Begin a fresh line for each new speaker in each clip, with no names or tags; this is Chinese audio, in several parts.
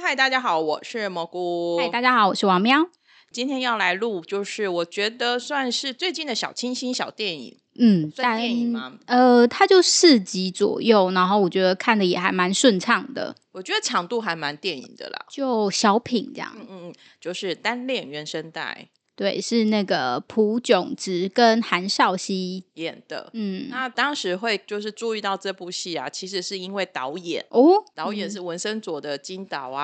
嗨，大家好，我是蘑菇。
嗨，大家好，我是王喵。
今天要来录，就是我觉得算是最近的小清新小电影，
嗯，
算
但
电影吗？
呃，它就四集左右，然后我觉得看的也还蛮顺畅的，
我觉得长度还蛮电影的啦。
就小品这样。
嗯嗯嗯，就是单恋原声带
对，是那个朴炯植跟韩少熙。
演的。
嗯，
那当时会就是注意到这部戏啊，其实是因为导演，
哦，
导演是文森佐的金导啊。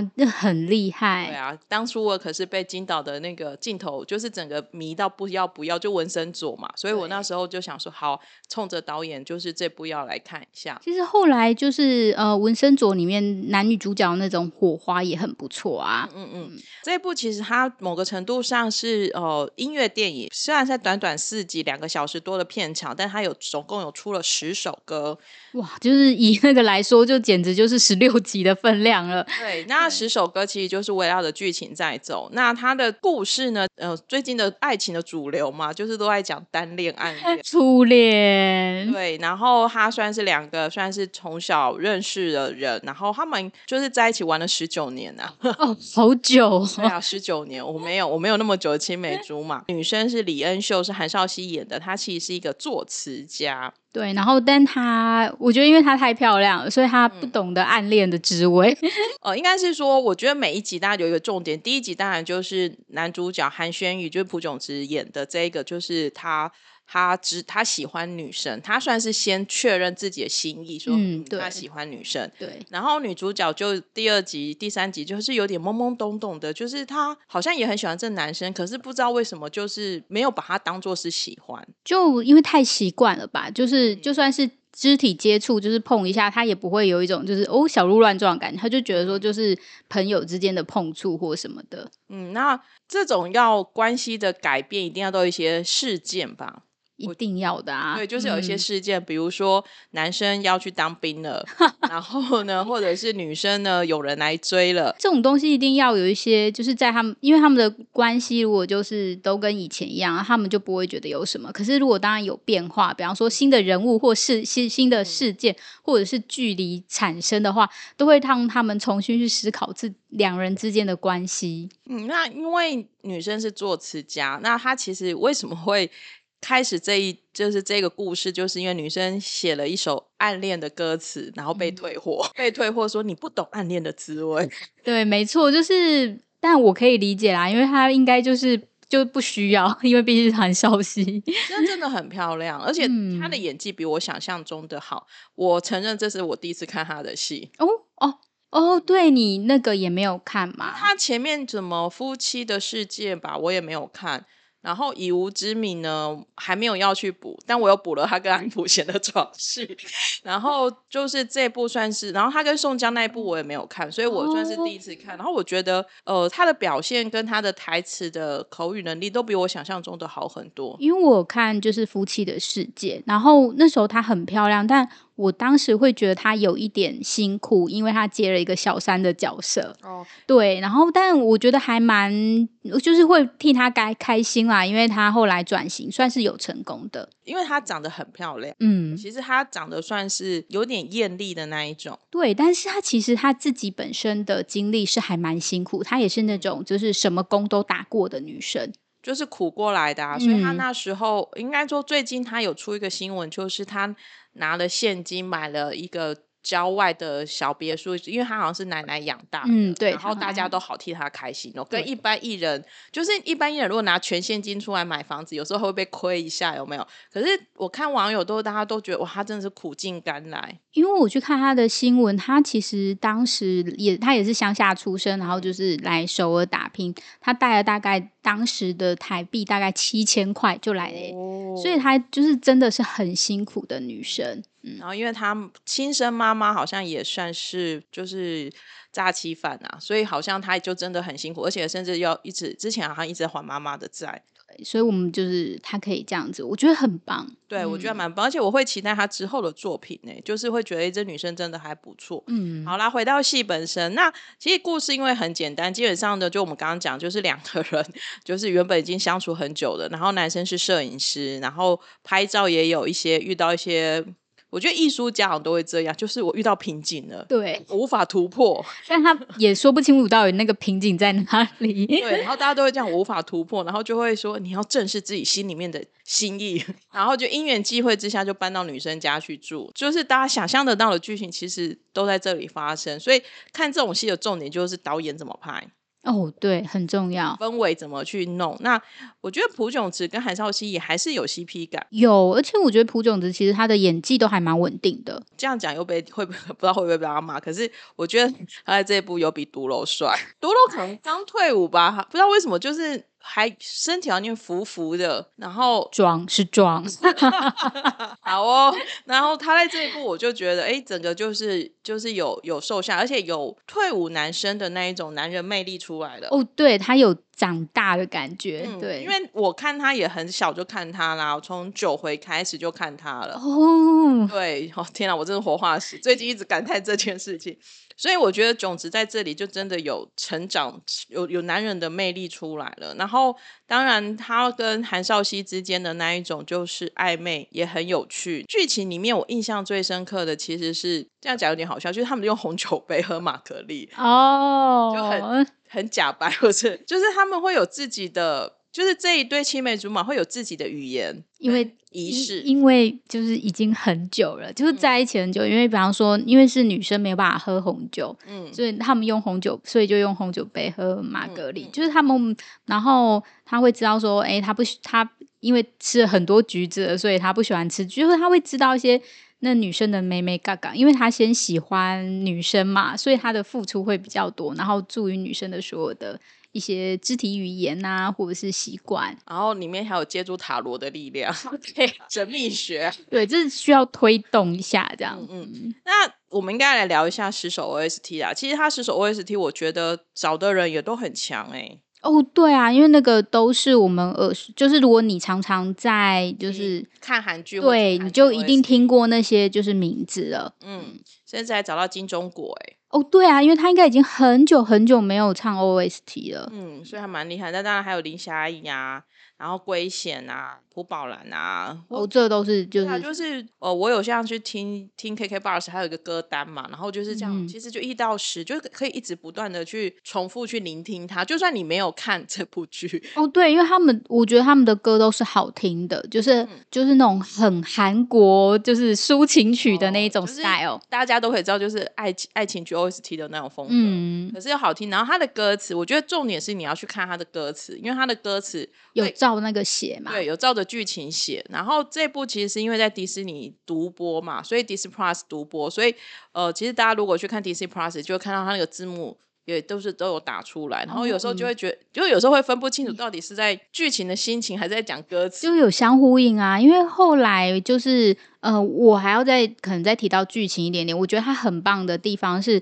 啊，那很
对
厉害。
啊，当初我可是被金导的那个镜头，就是整个迷到不要不要，就纹身左嘛，所以我那时候就想说，好，冲着导演就是这部要来看一下。
其实后来就是呃，《纹身佐》里面男女主角那种火花也很不错啊。
嗯嗯，这部其实它某个程度上是呃音乐电影，虽然在短短四集两个小时多的片长，但它有总共有出了十首歌。
哇，就是以那个来说，就简直就是十六集的分量了。
对，那十首歌其实就是围绕着剧情在走。那它的故事呢，呃，最近的爱情的主流嘛，就是都在讲单恋、暗 恋。
初恋，
对，然后他算是两个算是从小认识的人，然后他们就是在一起玩了十九年啊，
哦，好久哦。
对啊，十九年，我没有我没有那么久的青梅竹马。女生是李恩秀，是韩少熙演的，她其实是一个作词家，
对，然后但她，我觉得因为她太漂亮了，所以她
嗯
不懂得暗恋的滋味。
呃，应该是说，我觉得每一集大家有一个重点，第一集当然就是男主角韩宣宇，就是朴炯植演的这一个，就是他。他只他喜欢女生，他算是先确认自己的心意，说、
嗯
嗯、他
对
喜欢女生，
对，
然后女主角就第二集、第三集就是有点懵懵懂懂的，就是她好像也很喜欢这男生，可是不知道为什么就是没有把他当做是喜欢。
就因为太习惯了吧，就是
嗯
就算是肢体接触，就是碰一下，她也不会有一种就是哦小鹿乱撞的感觉，她就觉得说就是朋友之间的碰触或什么的。
嗯，那这种要关系的改变，一定要都有一些事件吧？
一定要的啊！
对，就是有一些
嗯
事件，比如说男生要去当兵了，然后呢，或者是女生呢有人来追了。
这种东西一定要有一些，就是在他们，因为他们的关系如果就是都跟以前一样，他们就不会觉得有什么。可是如果当然有变化，比方说新的人物或是新新的事件，或者是距离产生的话，都会让他们重新去思考自两人之间的关系。
嗯，那因为女生是作词家，那她其实为什么会开始这一就是这个故事，就是因为女生写了一首暗恋的歌词，然后被退货，被退货说你不懂暗恋的滋味。
对，没错，就是，但我可以理解啦，因为他应该就是就不需要，因为毕竟是韩少熙。
真的真的很漂亮，而且她的演技比我想象中的好。我承认这是我第一次看她的戏，
哦哦哦，对你那个也没有看嘛？
她前面怎么夫妻的世界吧，我也没有看。然后以无之名呢，还没有要去补，但我又补了她跟安普贤的床戏。然后就是这部算是，然后她跟宋江那一部我也没有看，所以我算是第一次看。然后我觉得，呃，她的表现跟她的台词的口语能力都比我想象中的好很多。
因为我有看就是《夫妻的世界》，然后那时候她很漂亮，但我当时会觉得她有一点辛苦，因为她接了一个小三的角色。
哦，
对，然后但我觉得还蛮，就是会替她该开心啦，因为她后来转型算是有成功的。
因为她长得很漂亮，
嗯，
其实她长得算是有点艳丽的那一种。
对，但是她其实她自己本身的经历是还蛮辛苦，她也是那种就是什么工都打过的女生。
就是苦过来的啊，所以他
嗯
那时候、应该说最近他有出一个新闻，就是他拿了现金买了一个郊外的小别墅，因为他好像是奶奶养大的，
嗯对
啊然后
他
大
奶
家
奶
都好替他开心哦，跟
对
一般艺人就是一般艺人如果拿全现金出来买房子，有时候会被亏一下，有没有？可是我看网友都大家都觉得哇，他真的是苦尽甘来，
因为我去看他的新闻，他其实当时也他也是乡下出生，然后就是来首尔打拼，他带了大概当时的台币大概七千块就来了耶、
哦
所以她就是真的是很辛苦的女生。
然后因为他亲生妈妈好像也算是就是诈欺犯啊，所以好像他就真的很辛苦，而且甚至要一直之前好像一直还妈妈的债。
所以我们就是她可以这样子，我觉得很棒。
对，我觉得蛮棒，而且我会期待他之后的作品呢、就是会觉得诶这女生真的还不错。
嗯，
好啦，回到戏本身，那其实故事因为很简单，基本上呢，就我们刚刚讲，就是两个人就是原本已经相处很久的，然后男生是摄影师，然后拍照也有一些遇到一些我觉得艺术家好像都会这样，就是我遇到瓶颈了，
对，
我无法突破，
但他也说不清楚到底那个瓶颈在哪 里。
对，然后大家都会这样我无法突破，然后就会说你要正视自己心里面的心意， 然后就因缘际会之下就搬到女生家去住，就是大家想象得到的剧情其实都在这里发生，所以看这种戏的重点就是导演怎么拍，
哦，对，很重要。
氛围怎么去弄。那我觉得朴炯植跟韩少熙也还是有 CP 感，
有，而且我觉得朴炯植其实他的演技都还蛮稳定的。
这样讲又被会不会不知道会不会被他骂，可是我觉得他在这一部有比独楼帅，独楼可能刚退伍吧，不知道为什么就是还身体好像浮浮的，然后
装是装，
好哦，然后他在这一部我就觉得，哎，整个就是就是有有瘦下，而且有退伍男生的那一种男人魅力出来了。
哦，对他有长大的感觉，
嗯
对，
因为我看他也很小就看他啦，我从九回开始就看他了。
哦，
对，哦天啊，我真的活化石，最近一直感叹这件事情，所以我觉得种子在这里就真的有成长，有有男人的魅力出来了。然后，当然他跟韩少熙之间的那一种就是暧昧也很有趣。剧情里面我印象最深刻的其实是这样讲有点好笑，就是他们用红酒杯喝玛格丽，
哦，
很假白，或是就是他们会有自己的，就是这一对青梅竹马会有自己的语言
因为
仪
因
式。嗯
因为就是已经很久了，就是在一起很久。因为比方说，因为是女生没有办法喝红酒，
嗯
所以他们用红酒，所以就用红酒杯喝玛格丽。
嗯嗯
就是他们，然后他会知道说，哎、他不喜他因为吃了很多橘子了，所以他不喜欢吃橘，就是他会知道一些。那女生的妹妹嘎嘎，因为他先喜欢女生嘛，所以他的付出会比较多，然后助于女生的所有的一些肢体语言啊，或者是习惯。
然后里面还有借助塔罗的力量，
哦
对神秘学。
对，这是需要推动一下这样。
嗯，那我们应该来聊一下十首 OST 啦。啊其实他十首 OST，我觉得找的人也都很强哎、
哦，对啊，因为那个都是我们耳熟，就是如果你常常在就是。
看韩剧或者
对，
看
你就
OST
一定听过那些就是名字了。
嗯，甚至还找到金钟国哎、
哦，对啊，因为他应该已经很久很久没有唱 OST 了。
嗯，所以还蛮厉害。那当然还有林霞怡啊，然后龟贤啊，朴宝兰啊，
哦，这都是就
对啊，
是
就是呃，我有像去听听 KK Bars，还有一个歌单嘛，然后就是这样，
嗯
其实就一到十，就是可以一直不断的去重复去聆听它，就算你没有看这部剧，
哦，对，因为他们，我觉得他们的歌都是好听的，就是、
嗯
就是那种很韩国，就是抒情曲的那一
哦
种
就是
style。
大家都可以知道，就是爱情爱情剧 OST 的那种风格。
嗯，
可是又好听，然后它的歌词，我觉得重点是你要去看它的歌词，因为它的歌词
有照那个写嘛？
对，有照着剧情写。然后这部其实是因为在迪士尼独播嘛，所以 Disney Plus 独播，所以呃，其实大家如果去看 Disney Plus，就会看到它那个字幕也都是都有打出来，然后有时候就会觉得，就有时候会分不清楚到底是在剧情的心情，还是在讲歌词。
就有相呼应啊，因为后来就是呃，我还要再可能再提到剧情一点点，我觉得它很棒的地方是，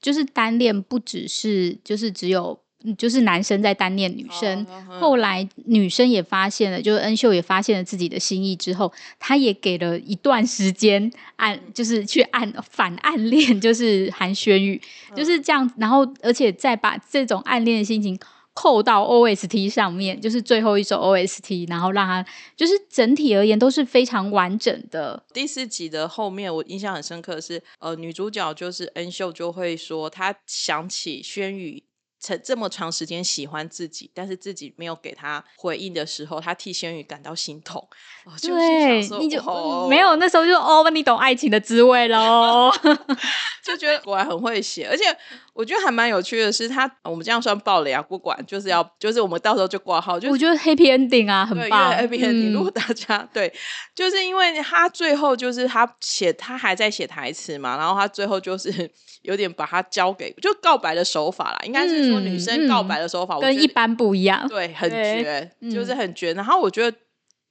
就是单恋不只是就是只有嗯就是男生在单恋女生。
哦
后来女生也发现了，就是恩秀也发现了自己的心意之后，她也给了一段时间暗，
嗯
就是去暗反暗恋， 就是韩轩宇，
嗯
就是这样。然后，而且再把这种暗恋的心情扣到 OST 上面，就是最后一首 OST，然后让他就是整体而言都是非常完整的。
第四集的后面，我印象很深刻的是，呃，女主角就是恩秀就会说，她想起轩宇。曾这么长时间喜欢自己，但是自己没有给她回应的时候，她替轩宇感到心痛。哦、就是想
对
说，
你就、
哦
嗯没有那时候就哦，你懂爱情的滋味喽。
就觉得果然很会写，而且我觉得还蛮有趣的是，她我们这样算爆雷啊，不管就是要就是我们到时候就挂号，就是
我觉得 happy ending 啊，很
对，因为
棒。
A B N
嗯
如果大家对，就是因为他最后就是他写他还在写台词嘛，然后他最后就是 有点把它交给就告白的手法啦，应该是说女
嗯
生告
嗯
白的手法，我觉
跟一
得
般不一样。
对很
对嗯
绝，就是很绝。然后我觉得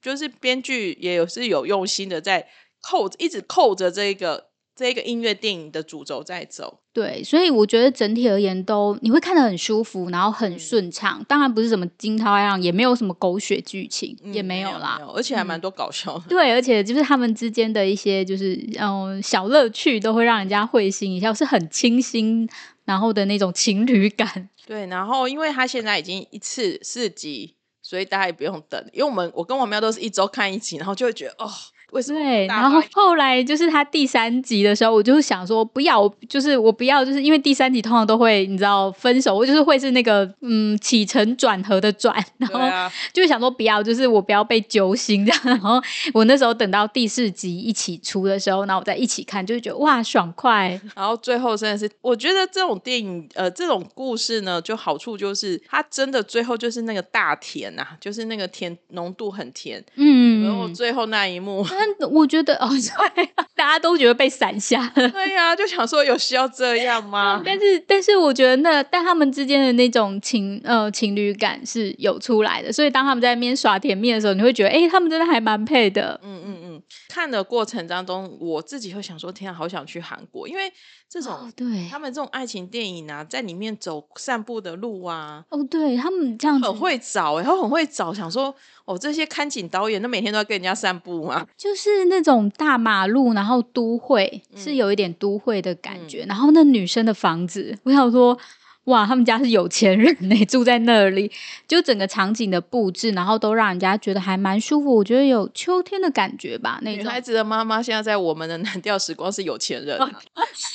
就是编剧也有是有用心的在扣一直扣着这个这个音乐电影的主轴在走。
对，所以我觉得整体而言都你会看得很舒服，然后
嗯
很顺畅。当然不是什么惊涛骇浪，也没有什么狗血剧情，
嗯
也没有啦。
没
嗯
有而且还蛮多搞笑的。
对，而且就是他们之间的一些就是嗯小乐趣，都会让人家会心一笑，是很清新，然后的那种情侣感。
对，然后因为他现在已经一次四集，所以大家也不用等，因为我们我跟王喵都是一周看一集，然后就会觉得哦，为什么
对，
大
然后
家
后来就是他第三集的时候，我就想说不要，我就是我不要，就是因为第三集通常都会你知道分手，我就是会是那个嗯起承转合的转，然后
对 啊，
就想说不要，就是我不要被揪心这样。 然后我那时候等到第四集一起出的时候，然后我再一起看，就会觉得哇 爽快，
然后最后真的是，我觉得这种电影，呃，这种故事呢，就好处就是它真的最后就是那个大甜呐、就是那个甜浓度很甜，然后
嗯。
最后那一 幕，
但我觉得哦， 对，大家都觉得被闪瞎了。
对呀、就想说有需要这样吗？
但是，但是我觉得那但他们之间的那种情呃情侣感是有出来的，所以当他们在那边耍甜蜜的时候，你会觉得哎、诶他们真的还蛮配的。
嗯嗯嗯，看的过程当中，我自己会想说，天啊，好想去韩国，因为这种、
哦，对，
他们这种爱情电影啊，在里面走散步的路啊，
哦，对他们这样子
很会找、欸，然后很会找，想说哦，这些看景导演，那每天都要跟人家散步嘛，
就是那种大马路，然后都会、
嗯
是有一点都会的感觉。然后那女生的房子，我想说，哇，他们家是有钱人呢、住在那里，就整个场景的布置，然后都让人家觉得还蛮舒服。我觉得有秋天的感觉吧，那
女
种
孩子的妈妈现在在我们的南调时光是有钱
哦
人、啊，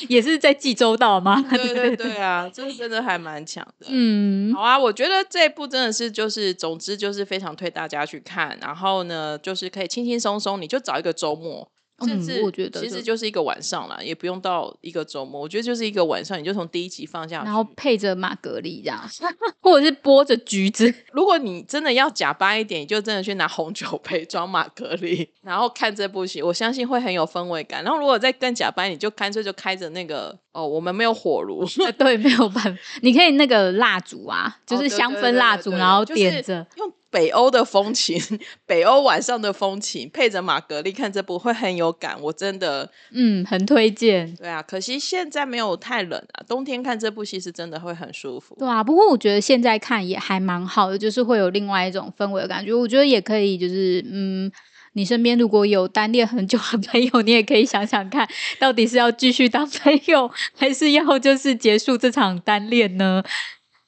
也是在济州岛吗？
对对对啊，这真的还蛮强的。
嗯，
好啊，我觉得这一部真的是就是，总之就是非常推大家去看。然后呢，就是可以轻轻松松，你就找一个周末，甚
嗯
至
我觉得
其实
就
就是一个晚上啦，也不用到一个周末。我觉得就是一个晚上，你就从第一集放下去
然后配着玛格丽这样， 或者是剥着 橘子，
如果你真的要假掰一点，你就真的去拿红酒杯装玛格丽， 然后看这部戏，我相信会很有氛围感。然后如果再更假掰，你就干脆就开着那个哦，我们没有火炉，
对，没有办法，你可以那个蜡烛啊，就
哦
是
对
香
对
氛
对
蜡
对
烛，
对
然后
就是
点着。
用北欧的风情， 北欧晚上的风情，配着玛格丽看这部会很有感。我真的
嗯，很推荐。
对啊，可惜现在没有太冷啊，冬天看这部戏是真的会很舒服。
对啊，不过我觉得现在看也还蛮好的，就是会有另外一种氛围的感觉。我觉得也可以，就是嗯，你身边如果有单恋很久的朋友，你也可以想想看，到底是要继续当朋友，还是要就是结束这场单恋呢？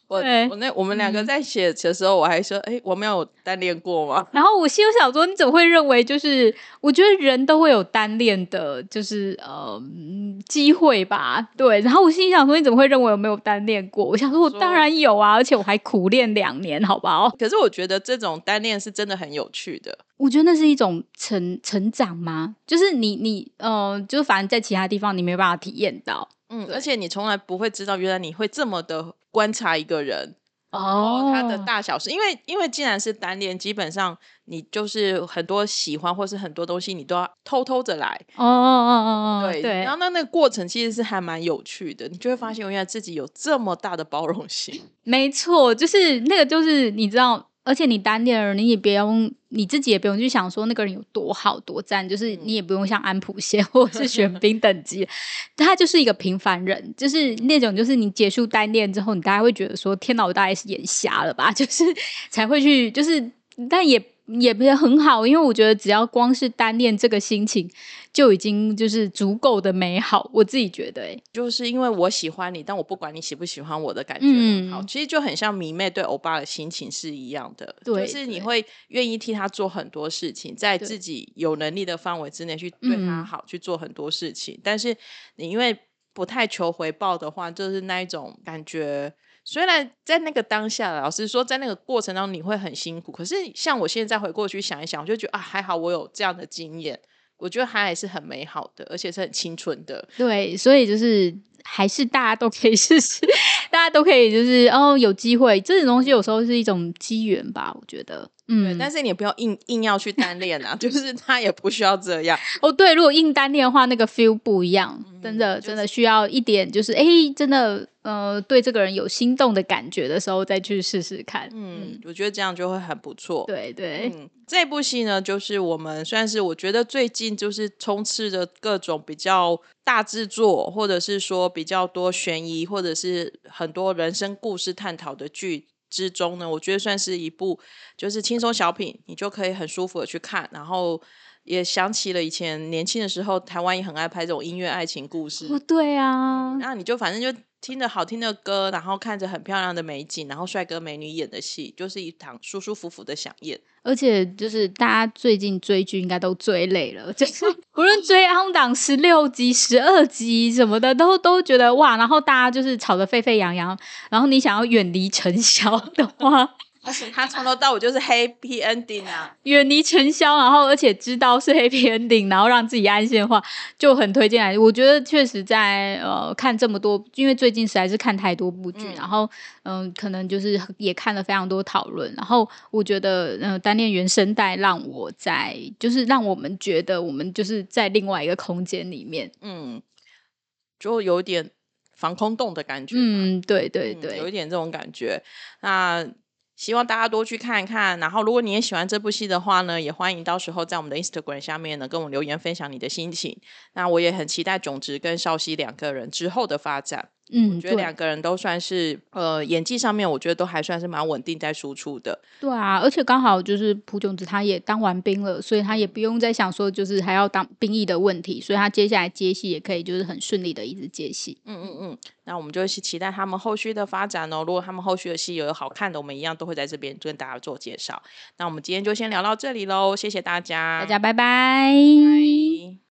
我
对
我那我们两个在写的时候，我还说，哎、我们有单恋过吗？
然后我心里想说，你怎么会认为就是？我觉得人都会有单恋的，就是呃嗯机会吧，对。然后我心里想说，你怎么会认为我没有单恋过？我想说，我
说
当然有啊，而且我还苦练两年，好不好？
可是我觉得这种单恋是真的很有趣的，
我觉得那是一种成成长吗？就是你你呃，就反正在其他地方你没办法体验到
嗯，
对
而且你从来不会知道，原来你会这么的观察一个人，
哦
他的大小事，因为因为既然是单恋，基本上你就是很多喜欢或是很多东西，你都要偷偷着来，
哦哦哦哦哦，
对，
对
然，后那那个过程其实是还蛮有趣的，你就会发现原来自己有这么大的包容性，
没错，就是那个，就是你知道，而且你单恋的人，你也不用你自己也不用去想说那个人有多好多赞，就是你也不用像安普贤或是玄彬等级，他就是一个平凡人，就是那种就是你结束单恋之后，你大概会觉得说，天哪，我大概是眼瞎了吧， 就是才会去，就是但也。也不是很好，因为我觉得只要光是单恋这个心情，就已经就是足够的美好。我自己觉得、欸，
就是因为我喜欢你，但我不管你喜不喜欢我的感觉很好，
嗯
其实就很像迷妹对欧巴的心情是一样的，
对
就是你
对
会愿意替他做很多事情，在
对
自己有能力的范围之内去对他
嗯
好，去做很多事情，但是你因为不太求回报的话，就是那一种感觉。虽然在那个当下，老实说，在那个过程当中你会很辛苦，可是像我现在回过去想一想，我就觉得啊，还好我有这样的经验，我觉得它还是很美好的，而且是很青春的。
对，所以就是还是大家都可以试试，大家都可以就是哦，有机会这种东西有时候是一种机缘吧，我觉得。
对，
嗯，
但是你也不要硬硬要去单恋啊， 就是他也不需要这样。
哦对，如果硬单恋的话，那个 feel 不一样，真的、
嗯就是
真的需要一点，就是哎，真的呃，对这个人有心动的感觉的时候，再去试试看。嗯，
嗯，我觉得这样就会很不错。
对对，
嗯，这部戏呢，就是我们算是我觉得最近就是充斥着各种比较大制作，或者是说比较多悬疑，或者是很多人生故事探讨的剧之中呢，我觉得算是一部就是轻松小品，你就可以很舒服的去看，然后也想起了以前年轻的时候，台湾也很爱拍这种音乐爱情故事。
哦对啊，
那你就反正就听着好听的歌，然后看着很漂亮的美景，然后帅哥美女演的戏，就是一场舒舒服服的飨宴。
而且就是大家最近追剧应该都追累了，就是 无论追《昂档》十六集、十二集什么的，都都觉得哇，然后大家就是吵得沸沸扬扬，然后你想要远离尘嚣的话，
他从头到尾就是 happy ending 啊，
远离尘嚣，然后而且知道是 happy ending，然后让自己安心的话，就很推荐来。我觉得确实在呃看这么多，因为最近实在是看太多部剧，然后嗯、可能就是也看了非常多讨论，然后我觉得嗯、呃单恋原声带让我在就是让我们觉得我们就是在另外一个空间里面，
嗯，就有点防空洞的感觉嘛。
嗯，对对
啊嗯
对，
有一点这种感觉。那希望大家多去看一看，然后如果你也喜欢这部戏的话呢，也欢迎到时候在我们的 Instagram 下面呢跟我们留言分享你的心情。那我也很期待种植跟少熙两个人之后的发展，
嗯，
我觉得
对
两个人都算是呃演技上面，我觉得都还算是蛮稳定在输出的。
对啊，而且刚好就是朴炯植他也当完兵了，所以他也不用再想说就是还要当兵役的问题，所以他接下来接戏也可以就是很顺利的一直接戏。
嗯嗯嗯，那我们就是期待他们后续的发展哦。如果他们后续的戏有好看的，我们一样都会在这边跟大家做介绍。那我们今天就先聊到这里喽，谢谢大家，
大家拜拜。
拜